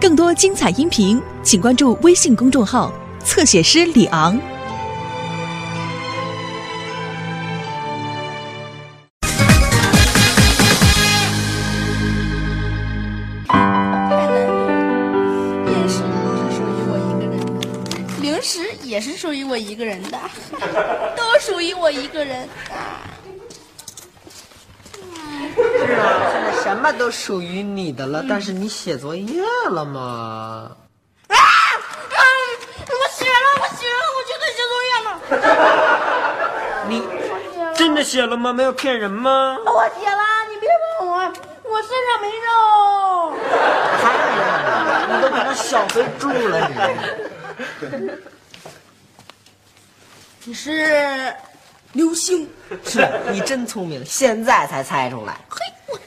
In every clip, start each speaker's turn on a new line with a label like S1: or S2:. S1: 更多精彩音频，请关注微信公众号“侧写师李昂
S2: 太难了，夜市是属于我一个人的，零食也是属于我一个人的， 都属于我一个人啊！
S3: 是啊，现在什么都属于你的了，但是你写作业了吗？
S2: 啊啊！我写了，我写了，我真的写作业了，
S3: 你真的写了吗？没有骗人吗？
S2: 我写了，你别问我，我身上没肉。
S3: 太了，你都变成小肥猪了你！
S2: 你是流星？
S3: 是你真聪明，现在才猜出来。
S2: 嘿，我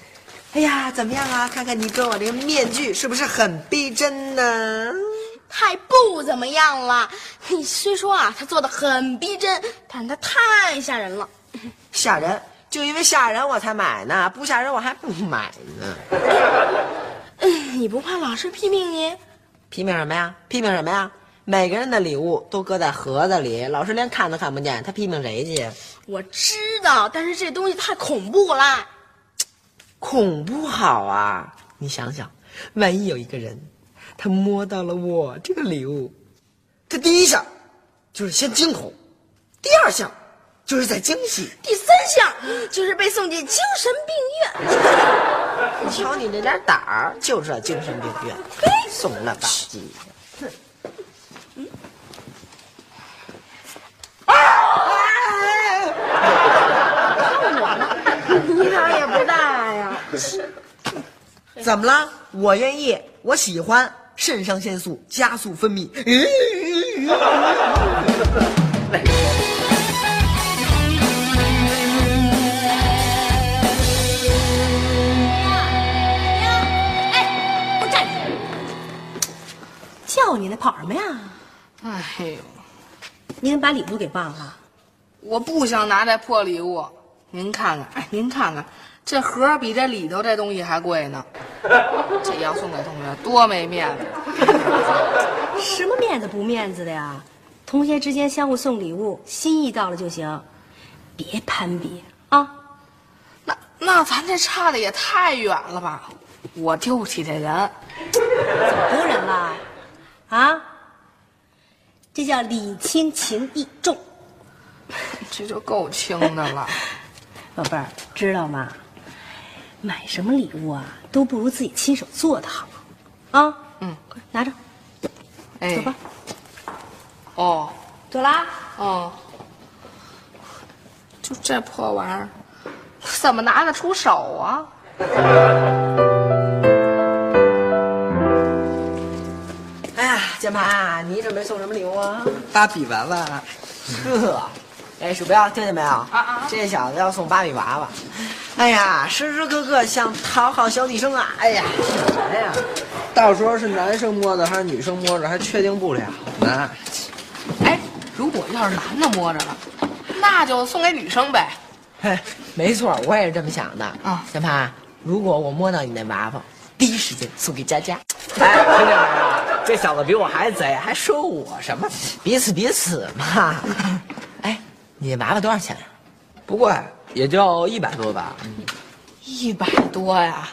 S3: 哎呀，怎么样啊？看看你跟我这个面具是不是很逼真呢？
S2: 太不怎么样了。嘿，虽说啊，他做的很逼真，但是他太吓人了。
S3: 吓人，就因为吓人我才买呢，不吓人我还不买呢。
S2: 嗯，你不怕老师批评你？
S3: 批评什么呀？批评什么呀？每个人的礼物都搁在盒子里，老师连看都看不见，他批评谁去？
S2: 我知道，但是这东西太恐怖了。
S3: 恐怖好啊！你想想，万一有一个人，他摸到了我这个礼物，他第一下就是先惊恐，第二下就是在惊喜。
S2: 第三项就是被送进精神病院。
S3: 你瞧你这点胆儿，就知道精神病院，怂了吧唧。一点儿也不大呀！怎么了？我愿意，我喜欢，肾上腺素加速分泌。哎
S2: 哎，我站住！
S4: 叫你呢，跑什么呀？
S5: 哎呦，
S4: 你怎么把礼物给忘了？
S5: 我不想拿这破礼物。您看看，哎，您看看，这盒儿比这里头这东西还贵呢。这要送给同学啊多没面子！
S4: 什么面子不面子的呀？同学之间相互送礼物，心意到了就行，别攀比啊！
S5: 那那咱这差的也太远了吧？我丢不起这人。
S4: 丢人了，啊？这叫礼轻情意重，
S5: 这就够轻的了。
S4: 宝贝儿，知道吗？买什么礼物啊，都不如自己亲手做的好，啊？
S5: 嗯，
S4: 快拿着，
S5: 哎，
S4: 走吧。
S5: 哦
S4: 走啦。
S5: 哦，就这破玩意儿，怎么拿得出手啊？
S3: 哎呀，键盘啊，你准备送什么礼物啊？
S6: 芭比娃娃，
S3: 呵，哎，鼠标听见没有？啊
S5: 啊
S3: 这小子要送芭比娃娃，哎呀，时时刻刻想讨好小女生啊！哎呀，哎呀，
S6: 到时候是男生摸的还是女生摸着，还确定不了呢。
S5: 哎，如果要是男的摸着了，那就送给女生呗。
S3: 嘿， 没错，我也是这么想的。
S5: 啊
S3: 键盘，如果我摸到你那娃娃，第一时间送给 佳佳。哎，听见没
S6: 啊
S3: 有？这小子比我还贼，还说我什么？彼此彼此 嘛。哎，你那娃娃多少钱啊呀、
S6: 不贵，也就一百多吧。
S5: 一百多呀？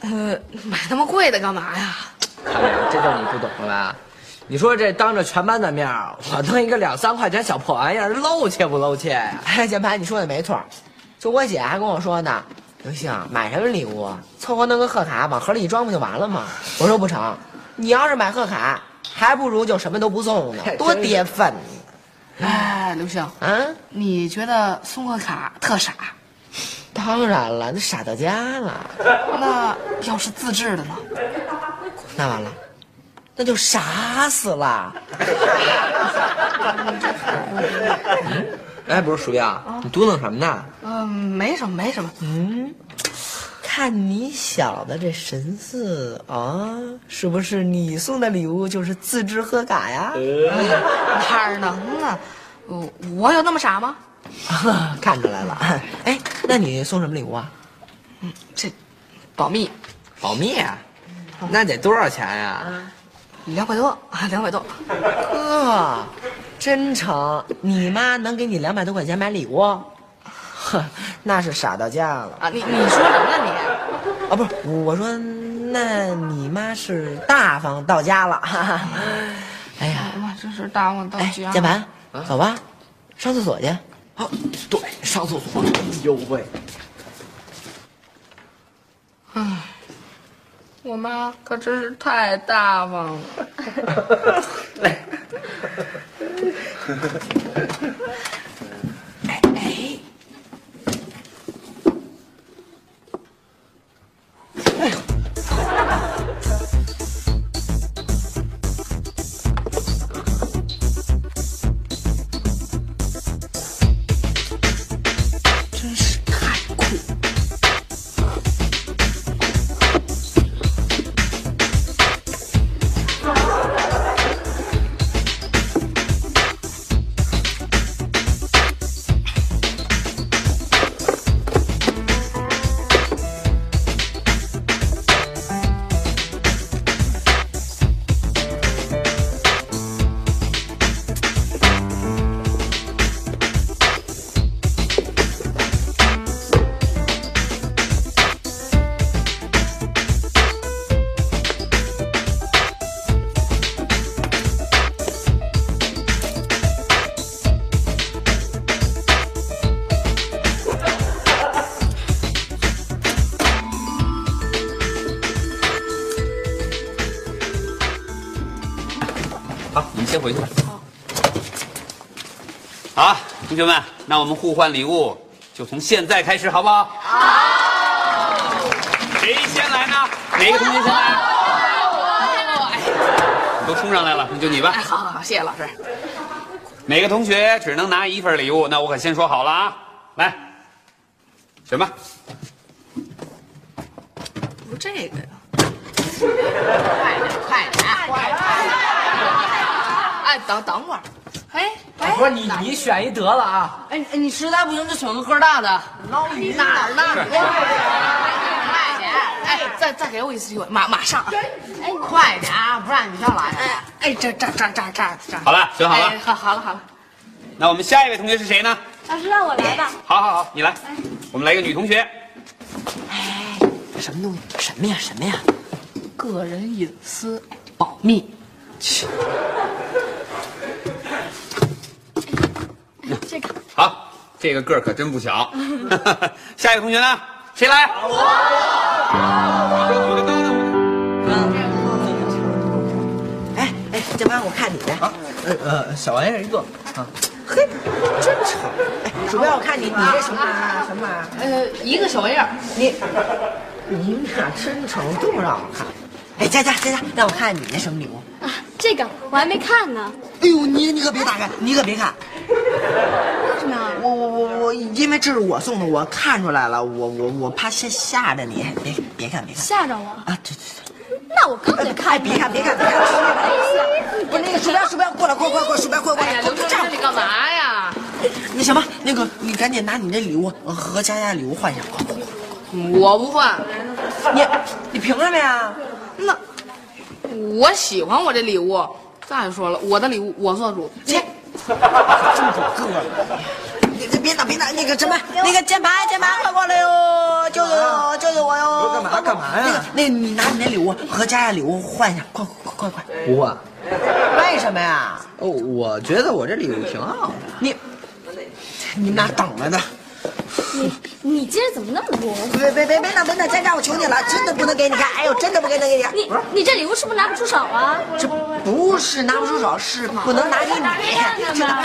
S5: 呃，买那么贵的干嘛呀？
S6: 看来这就是你不懂了吧？你说这当着全班的面儿，我弄一个两三块钱小破玩意儿，露怯不露怯呀、
S3: 哎，键盘，你说的没错儿，就我姐还跟我说呢，刘星买什么礼物啊？凑合弄个贺卡，往盒里一装不就完了吗？我说不成，你要是买贺卡，还不如就什么都不送呢，多跌份
S5: 哎，刘星，
S3: 啊！
S5: 你觉得送贺卡特傻？
S3: 当然了，那傻到家了，
S5: 那要是自制的呢？
S3: 那完了，那就傻死了。
S6: 哎，不是鼠标，你嘟囔什么呢？
S5: 嗯，没什么，没什么。
S3: 看你小子这神似啊，是不是你送的礼物就是自制贺卡呀？
S5: 哪儿能啊？我我有那么傻吗？
S6: 呃
S3: 看出来了，哎，那你送什么礼物啊？
S5: 这保密。
S6: 保密啊！那得多少钱呀？
S7: 两百多 啊，两百多。
S6: 哥，
S3: 啊真成，你妈能给你两百多块钱买礼物？ 哼，那是傻到家了
S7: 啊，你你说什么呢
S3: 啊！不是，我说，那你妈是大方到家了。哈哈。哎呀，
S6: 嗯
S7: 你？妈，这是大我到
S3: 哎，
S7: 家。
S3: 键盘，走吧，上厕所去。
S6: 啊，嗯对，上厕所。
S3: 哎
S6: 呦喂，
S7: 我妈可真是太大方了。
S8: 好，你们先回去吧。好啊，同学们，那我们互换礼物，就从现在开始，好不好？好。谁先来呢？哪个同学先来？都冲上来了，那就你吧
S7: 哎，。好好好，谢谢老师。
S8: 每个同学只能拿一份礼物，那我可先说好了啊。来，选吧。
S7: 不是这个呀。快点，快点，快点！哎，等等会儿。哎，哎，
S6: 不是你，你选一得了啊！
S7: 哎，你实在不行就选个个儿大的。捞鱼哪儿那快点！哎，再再给我一次机会，马马上。哎，快点啊，不然你上来。哎哎，这这这这这这。
S8: 好了，选好了。
S7: 哎，好，好了，好了。
S8: 那我们下一位同学是谁呢？
S9: 老师让我来吧。哎
S8: 好好好，你来。我们来一个女同学。
S3: 什么东西？什么呀？什么呀？
S7: 个人隐私保密。
S8: 好，这个个儿可真不 小。下一个同学呢？谁来？我。
S3: 哎哎，键盘，我看你的。
S6: 呃呃，小玩意儿一个。
S3: 嘿，真成。哎，鼠标，我看你，你这什么玩意儿啊？什么玩意儿？
S7: 呃，一个小玩意儿。
S3: 你，你们俩真成，都不让我看。哎，佳佳，佳佳，让我看看你那什么礼物。
S9: 啊，这个我还没看呢。
S3: 哎呦，你你可别打开，你可别看。
S9: 为什么呀？
S3: 我我我我，因为这是我送的，我看出来了，我我我怕吓吓着你，别别看别看
S9: 吓着我？
S3: 啊！对对
S9: 那我刚才
S3: 对，哎，
S9: 看。
S3: 别看别看别看，不是那个鼠标鼠标过来，快快快，鼠标快过
S7: 哎
S3: 来，
S7: 呀，
S3: 快
S7: 刘
S3: 快
S7: 同
S3: 站
S7: 学，
S3: 住
S7: 你干嘛呀？
S3: 那什么，那个你赶紧拿你的礼物呃和佳佳礼物换一下，快快快！
S7: 我不换，
S3: 你你凭什么呀？
S7: 那我喜欢我这礼物。再说了，我的礼物我做主。
S3: 切，这么个儿，你你别打别打，那个什么，那个键盘键盘快过来哟，救救我救救我哟！
S6: 啊干嘛干嘛
S3: 那个
S6: 呀？
S3: 那个你拿你的礼物和佳佳礼物换一下，快快快快！
S6: 不换。
S3: 为什么呀？
S6: 哦，我觉得我这礼物挺好的。
S3: 你，你们俩等着呢！
S9: 你今儿怎么那么多？
S3: 别别别别闹别闹，佳佳，我求你了，真的不能给你看！哎呦，真的不能给你看！
S9: 你你这礼物是不是拿不出手啊？
S3: 这不是拿不出手，是不能拿给你。
S9: 看看吧，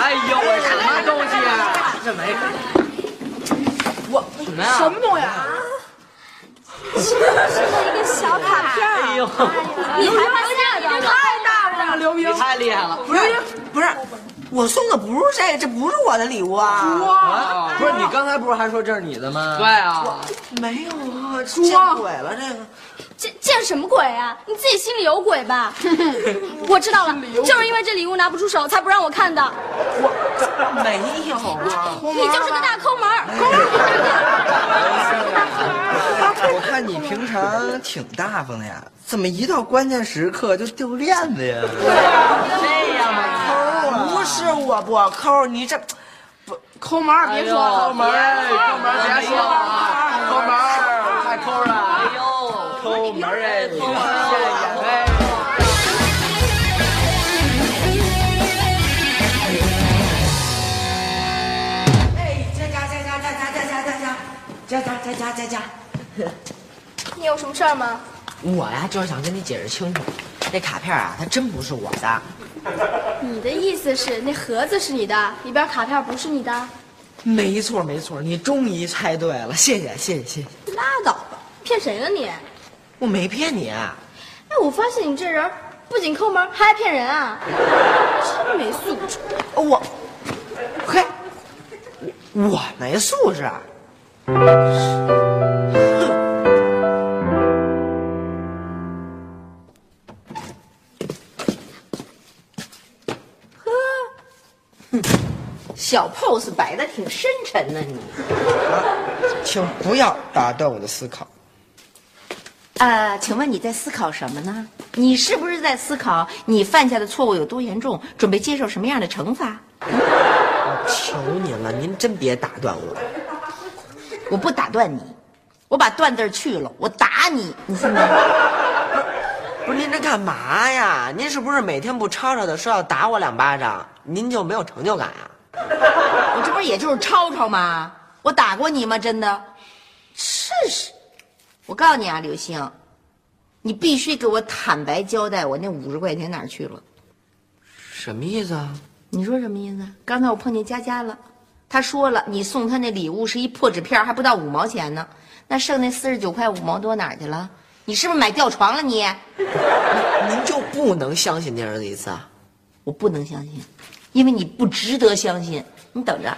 S6: 哎呦，我什么东西啊？这没我什么呀？什么？
S9: 一个小卡片儿，
S6: 哎呦，
S9: 你还怕吓着我？
S6: 你太厉害了！
S3: 不是不是，我送的不是这个，这不是我的礼物啊！
S6: 啊，不是你刚才不是还说这是你的吗？
S7: 对。啊，
S3: 没有啊，见鬼了这个！
S9: 这这是什么鬼啊？你自己心里有鬼 吧？我知道了，就是因为这礼物拿不出手，才不让我看的。
S3: 我没有啊！
S9: 你就是个大抠门儿。
S3: 大
S10: 我看你平常挺大方的呀，怎么一到关键时刻就掉链子呀？
S7: 这样吧，
S10: 不是我不抠，你这
S7: 抠门儿别说了，抠门抠门儿哎别说了啊，抠门儿太抠了，哎呦，抠门儿哎，抠门儿哎。
S3: 加加加加加加。
S9: 你有什么事儿吗？
S3: 我呀，就是想跟你解释清楚，那卡片啊，它真不是我的。
S9: 你的意思是那盒子是你的，里边卡片不是你的？
S3: 没错没错，你终于猜对了，谢谢谢谢谢谢，
S9: 拉倒吧，骗谁呢你？哎，
S3: 我没骗你啊。
S9: 我发现你这人不仅抠门，还爱骗人啊！真没素质。
S3: 哦我，嘿，我我没素质啊。
S7: 小 pose 摆的挺深沉呢，你。
S10: 请不要打断我的思考。
S5: 呃，请问你在思考什么呢？你是不是在思考你犯下的错误有多严重，准备接受什么样的惩罚？
S3: 我求您了，您真别打断我。
S5: 我不打断你，我把“断”字儿去了，我打你，你信吗？
S3: 不是您这干嘛呀？您是不是每天不吵吵的说要打我两巴掌，您就没有成就感啊？
S5: 我这不是也就是吵吵吗？我打过你吗？真的？试试。我告诉你啊，刘星，你必须给我坦白交代，我那五十块钱哪儿去了？
S3: 什么意思啊？
S5: 你说什么意思？刚才我碰见佳佳了，她说了，你送她那礼物是一破纸片，还不到五毛钱呢。那剩那四十九块五毛多哪儿去了？你是不是买吊床了你？
S3: 您就不能相信您儿子一次啊？
S5: 我不能相信，因为你不值得相信。你等着，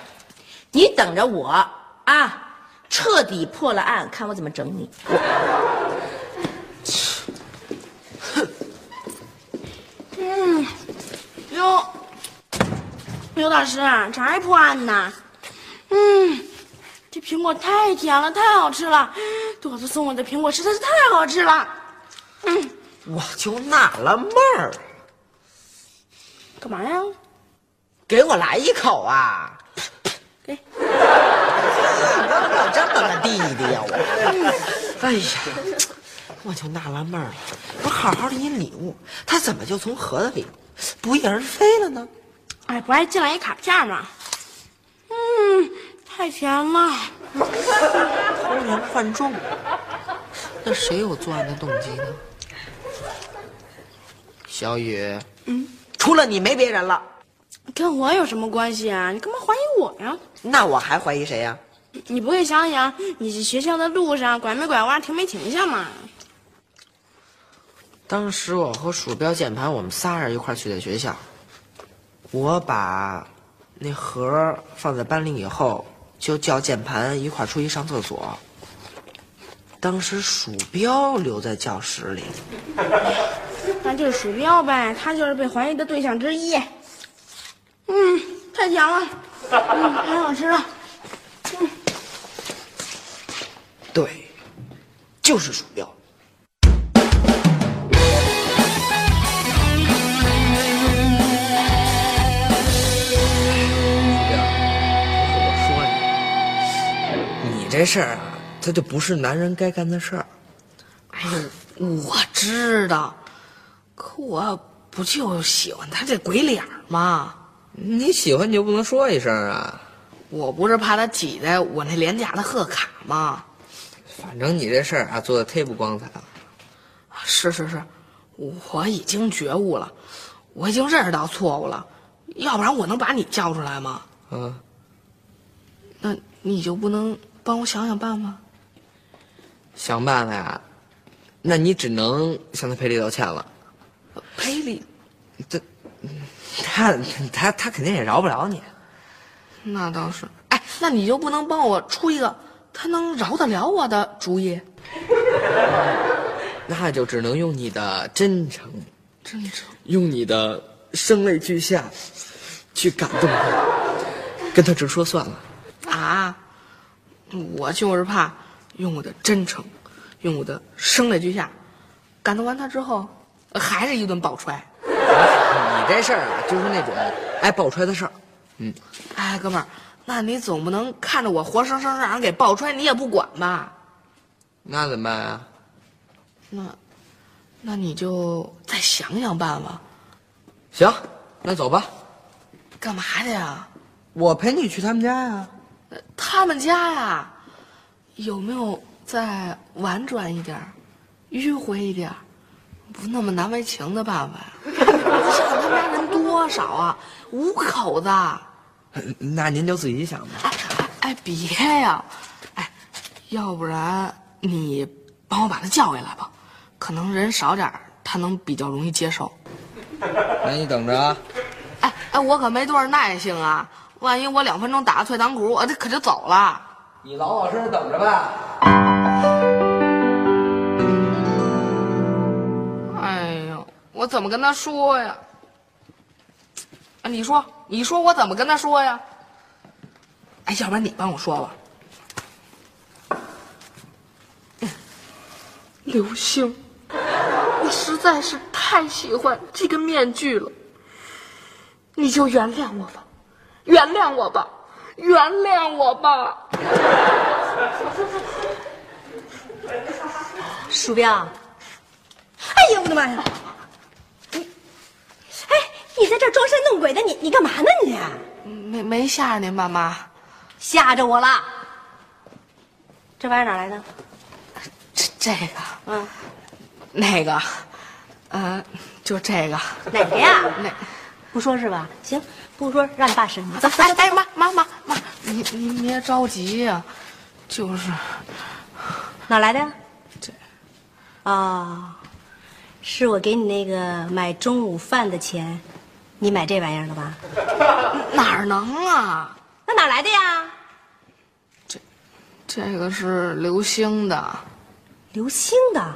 S5: 你等着我啊，彻底破了案，看我怎么整你。
S9: 哟，刘大师，咋还破案呢？嗯，这苹果太甜了，太好吃了。朵朵送我的苹果实在是太好吃了。
S3: 我就纳了闷儿，
S9: 干嘛呀？
S3: 给我来一口啊！
S9: 给
S3: 哎呀，我怎么有这么个弟弟呀我？哎呀，我就纳了闷儿了，我好好的一礼物，他怎么就从盒子里不翼而飞了呢？
S9: 哎，不还进来一卡片吗？嗯，太甜了。
S3: 忽然换重，那谁有作案的动机呢？小雨，嗯，除了你没别人了，
S9: 跟我有什么关系啊？你干嘛怀疑我呀？
S3: 那我还怀疑谁呀、
S9: 你不会想想你去学校的路上拐没拐弯、停没停下吗？
S3: 当时我和鼠标键盘，我们仨人一块儿去的学校。我把那盒儿放在班里以后，就叫键盘一块儿出去上厕所。当时鼠标留在教室里，
S9: 那就是鼠标呗，他就是被怀疑的对象之一。嗯，太甜了，嗯，太好吃了。
S3: 对，就是鼠标。
S10: 哎我说你，你这事儿啊，它就不是男人该干的事儿。
S7: 哎呦，我知道，可我不就喜欢他这鬼脸儿吗？
S10: 你喜欢你就不能说一声啊？
S7: 我不是怕他挤在我那廉价的贺卡吗？
S10: 反正你这事儿啊，做的忒不光彩了。
S7: 是是是，我已经觉悟了，我已经认识到错误了，要不然我能把你叫出来吗？
S10: 嗯，
S7: 那你就不能帮我想想办法？
S10: 想办法呀。那你只能向他赔礼道歉了。
S7: 赔礼？
S10: 这，他他他肯定也饶不了你。
S7: 那倒是。哎，那你就不能帮我出一个他能饶得了我的主意？
S10: 那就只能用你的真诚，
S7: 真诚。
S10: 用你的声泪俱下，去感动他，跟他直说算了。
S7: 嗯啊，我就是怕用我的真诚用武德声泪俱下，感动完他之后，呃还是一顿暴踹。
S5: 你这事儿啊，就是那种爱爆出来的事儿。
S7: 哎，哥们儿，那你总不能看着我活生生让人给爆踹，你也不管吧？
S5: 那怎么办啊？
S7: 那，那你就再想想办法，
S5: 行，那走吧，
S7: 干嘛去啊呀？
S5: 我陪你去他们家呀。
S7: 呃他们家呀，有没有再婉转一点儿，迂回一点儿，不那么难为情的办法呀？ 你想他们家人多少啊？五口子，
S5: 那您就自己想吧。
S7: 哎，别呀，哎，要不然你帮我把他叫回来吧，可能人少点儿，他能比较容易接受。
S5: 那你等着啊。
S7: 哎哎，我可没多少耐性啊，万一我两分钟打个退堂鼓，我这可就走了。
S5: 你老老实实等着吧。
S7: 哎呦，我怎么跟他说呀？啊，你说，你说我怎么跟他说呀？哎，要不然你帮我说吧。刘星，我实在是太喜欢这个面具了，你就原谅我吧，原谅我吧，原谅我吧。
S4: 鼠标，哎呀，我的妈呀！你，哎，你在这儿装神弄鬼的，你你干嘛呢你？
S7: 没没吓着您吧，妈？
S4: 吓着我了！这玩意儿哪来的？
S7: 这这个，
S4: 嗯，
S7: 那个，呃，就这个，
S4: 哪个呀？
S7: 那。
S4: 不说是吧？行，不说让你爸审你。走，走
S7: 哎
S4: 走
S7: 哎，妈妈妈妈，您您别着急呀、就是
S4: 哪来的呀？
S7: 这
S4: 哦，是我给你那个买中午饭的钱，你买这玩意儿了吧？
S7: 哪儿能啊？
S4: 那哪来的呀？
S7: 这个是刘星的。
S4: 刘星的。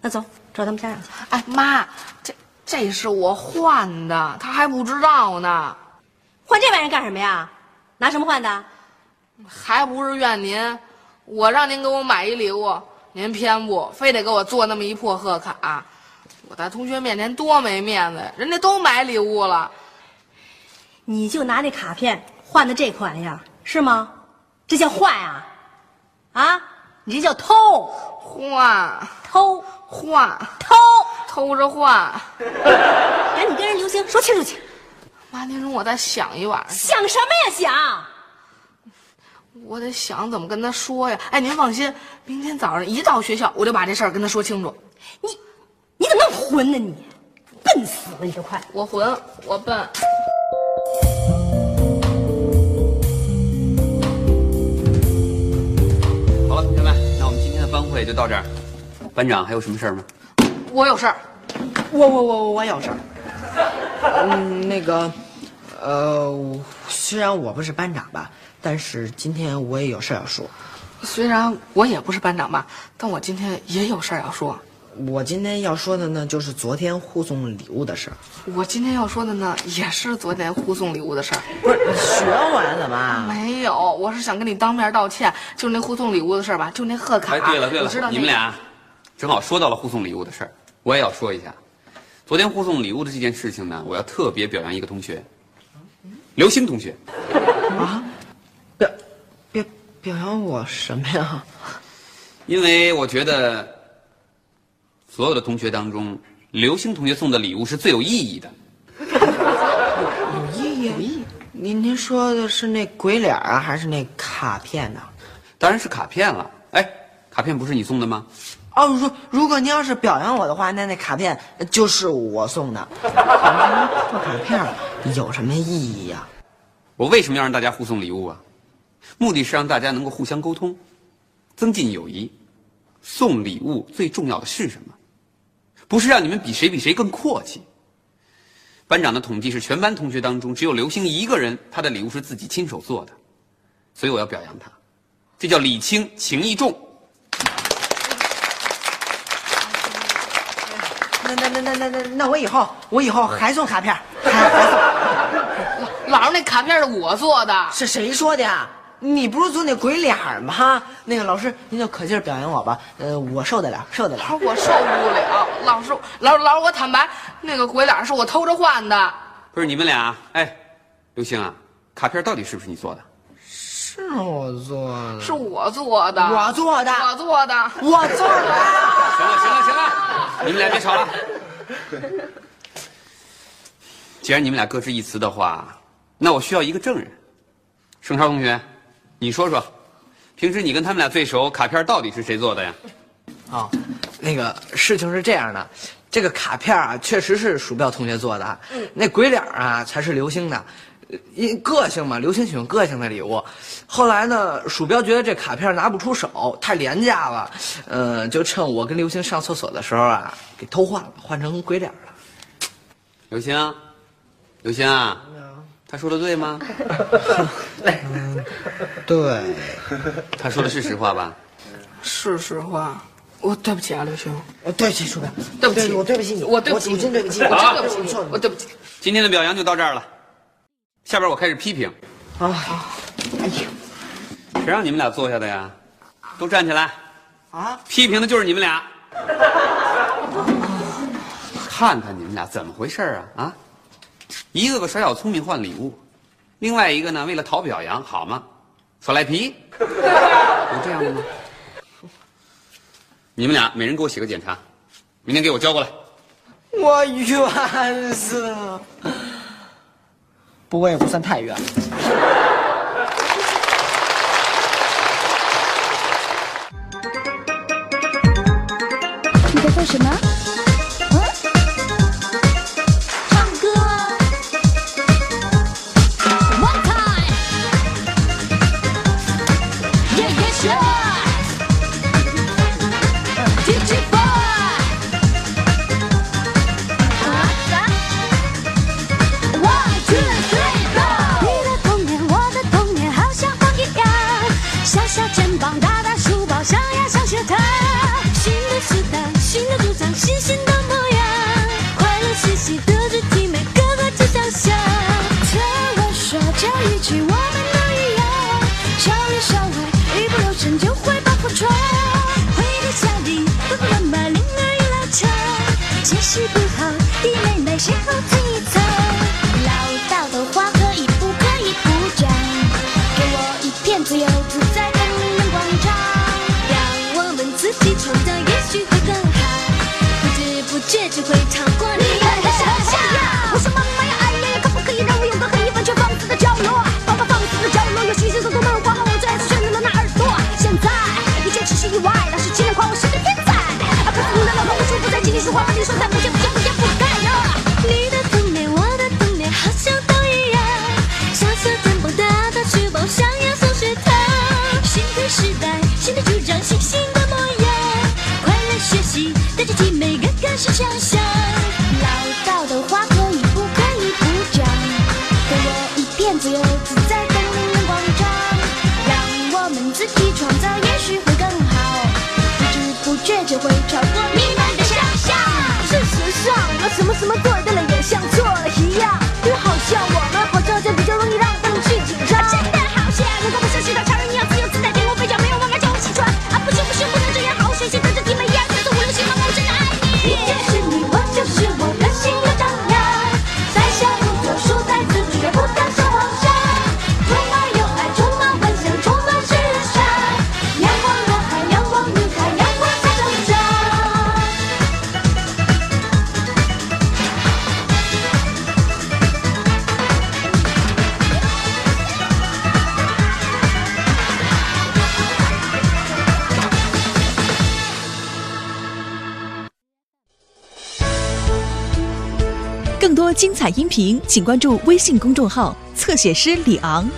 S4: 那走，找他们家长去。
S7: 哎妈，这这是我换的，他还不知道呢，
S4: 换这玩意儿干什么呀？拿什么换的？
S7: 还不是怨您？我让您给我买一礼物，您偏不，非得给我做那么一破贺卡。啊我在同学面前多没面子呀，人家都买礼物了。
S4: 你就拿那卡片换的这款呀，是吗？这叫换啊？啊，你这叫偷
S7: 换
S4: 偷
S7: 换，
S4: 偷！
S7: 偷着换。
S4: 赶紧跟人刘星说清楚去，
S7: 妈，您容我再想一晚上。
S4: 想什么呀想？
S7: 我得想怎么跟他说呀。哎，您放心，明天早上一到学校，我就把这事儿跟他说清楚。
S4: 你你怎么那么混呢你？笨死了你都快！
S7: 我混，我笨。
S8: 好了，同学们，那我们今天的班会就到这儿。班长还有什么事儿吗？
S7: 我有事儿，
S3: 我我我我有事儿。嗯，那个，呃，我虽然我不是班长吧，但是今天我也有事儿要说。
S7: 虽然我也不是班长吧，但我今天也有事儿要说。
S3: 我今天要说的呢，就是昨天护送礼物的事儿。
S7: 我今天要说的呢，也是昨天护送礼物的事儿。
S3: 不是你学我呀？怎么？
S7: 没有，我是想跟你当面道歉，就是那护送礼物的事儿吧，就那贺卡。
S8: 哎，对了对
S7: 你知
S8: 了，
S7: 道那
S8: 你们俩正好说到了护送礼物的事儿，我也要说一下。昨天护送礼物的这件事情呢，我要特别表扬一个同学，刘星同学。
S3: 表表表扬我什么呀？
S8: 因为我觉得，所有的同学当中，刘星同学送的礼物是最有意义的。
S3: 有意义？有意义。您您说的是那鬼脸儿啊，还是那卡片呢、
S8: 当然是卡片了。哎，卡片不是你送的吗？
S3: 哦，如如果您要是表扬我的话，那那卡片就是我送的。破卡片儿有什么意义呀、
S8: 我为什么要让大家互送礼物啊？目的是让大家能够互相沟通，增进友谊。送礼物最重要的是什么？不是让你们比谁比谁更阔气。班长的统计是，全班同学当中只有刘星一个人，他的礼物是自己亲手做的，所以我要表扬他，这叫礼轻情意重。
S3: 那那那那那那那我以后我以后还送卡片儿，还还送
S7: 老师那卡片是我做的，
S3: 是谁说的呀？
S10: 你不是总得鬼脸儿吗？那个老师，您就可劲儿表扬我吧，呃，我受得了，受得了。
S7: 老师，我受不了。老师，老老师，我坦白，那个鬼脸是我偷着换的。
S8: 不是你们俩，哎，刘星啊，卡片到底是不是你做的？
S10: 是我做的，
S7: 是我做的，
S10: 我做的，
S7: 我做的，
S10: 我做的。
S8: 行了，行了，行了，你们俩别吵了。既然你们俩各执一词的话，那我需要一个证人。盛超同学，你说说，平时你跟他们俩最熟，卡片到底是谁做的呀？
S6: 啊、那个事情是这样的，这个卡片啊，确实是鼠标同学做的，啊那鬼脸啊才是刘星的，呃因个性嘛，刘星喜欢个性的礼物。后来呢，鼠标觉得这卡片拿不出手，太廉价了，呃，就趁我跟刘星上厕所的时候啊，给偷换了，换成鬼脸了。
S8: 刘星，啊刘星啊，他说的对吗？
S10: 对，
S8: 他说的是实话吧？
S7: 是实话，我对不起啊，刘兄，
S6: 哦
S10: 我对不起鼠标，
S7: 对不起，
S10: 我对不起你，
S7: 我对不起
S10: 我
S7: 你，
S10: 真对不起，
S7: 我
S10: 我
S7: 真
S10: 真
S7: 对
S10: 对
S7: 不
S10: 不
S7: 起
S10: 起
S7: 你
S10: 你，，
S7: 我对不起。
S8: 今天的表扬就到这儿了，下边我开始批评。
S10: 啊，哎呦，
S8: 谁让你们俩坐下的呀？都站起来！
S10: 啊，
S8: 批评的就是你们俩。看看你们俩怎么回事儿啊啊！一个个耍小聪明换礼物，另外一个呢为了讨表扬，好吗？耍赖皮，有这样的吗？你们俩每人给我写个检查，明天给我交过来。
S10: 我冤死了，不过也不算太冤。
S9: 你在做什么？嗯，唱歌啊。One time. Yeah, yeah, sure. DJ boy. 啊啥？One, two, three, go.
S11: 你的童年，我的童年，好像风一样，小小肩膀，大大书包，上呀上学堂。新的时代，新的主张，新新的模样，快乐学习，德智体美，个个志向想。听我说这一句，我们都一样，小里小外，一不留神就会把火闯。回到家里，爸爸妈妈铃儿一拉长，解释不好，弟妹妹谁好听一猜。老道的话可以不可以不讲？给我一片自由自在的阳光照，让我们自己创造，也许会更好。不知不觉就会超过你们的想象。我说妈妈呀，哎呀呀，可不可以让我有个很完全放肆的角落？爸爸放肆的角落有新鲜的动漫画和我最爱的旋律的那耳朵。现在一切只是意外，老师竟然夸我是个天才。啊，可是你的老爸无处不在，今天说话让你说再不见不见不见不该呀。你的童年，我的童年，好像都一样。小小肩膀，大大书包，上呀上学堂。新的时代，新的主张，新新的模样。快乐学习，带着体美，个个是强项。老道的话可以不可以不讲？给我一片自由自在的阳光照，让我们自己创造，也许会更好。不知不觉就会超过你们的想象。事实上，我什么什么对对了，也像错了一样。因为好像我们好像就比较容易让愤怒去紧张。
S9: 真的好险！如果不像寻找超人一样自由自在，天空飞翔，没有妈妈叫我起床。啊，不行不行，不能这样！好好学习，德智体美，一二三四五六七，妈妈我真的爱你。
S11: 你就是你，我就是我，个性又张扬。在下不做书，在自己也不敢说谎话。充满友爱，充满幻想，充满时尚。阳光男孩，阳光女孩，阳光在成长。
S1: 更多精彩音频，请关注微信公众号“侧写师李昂”。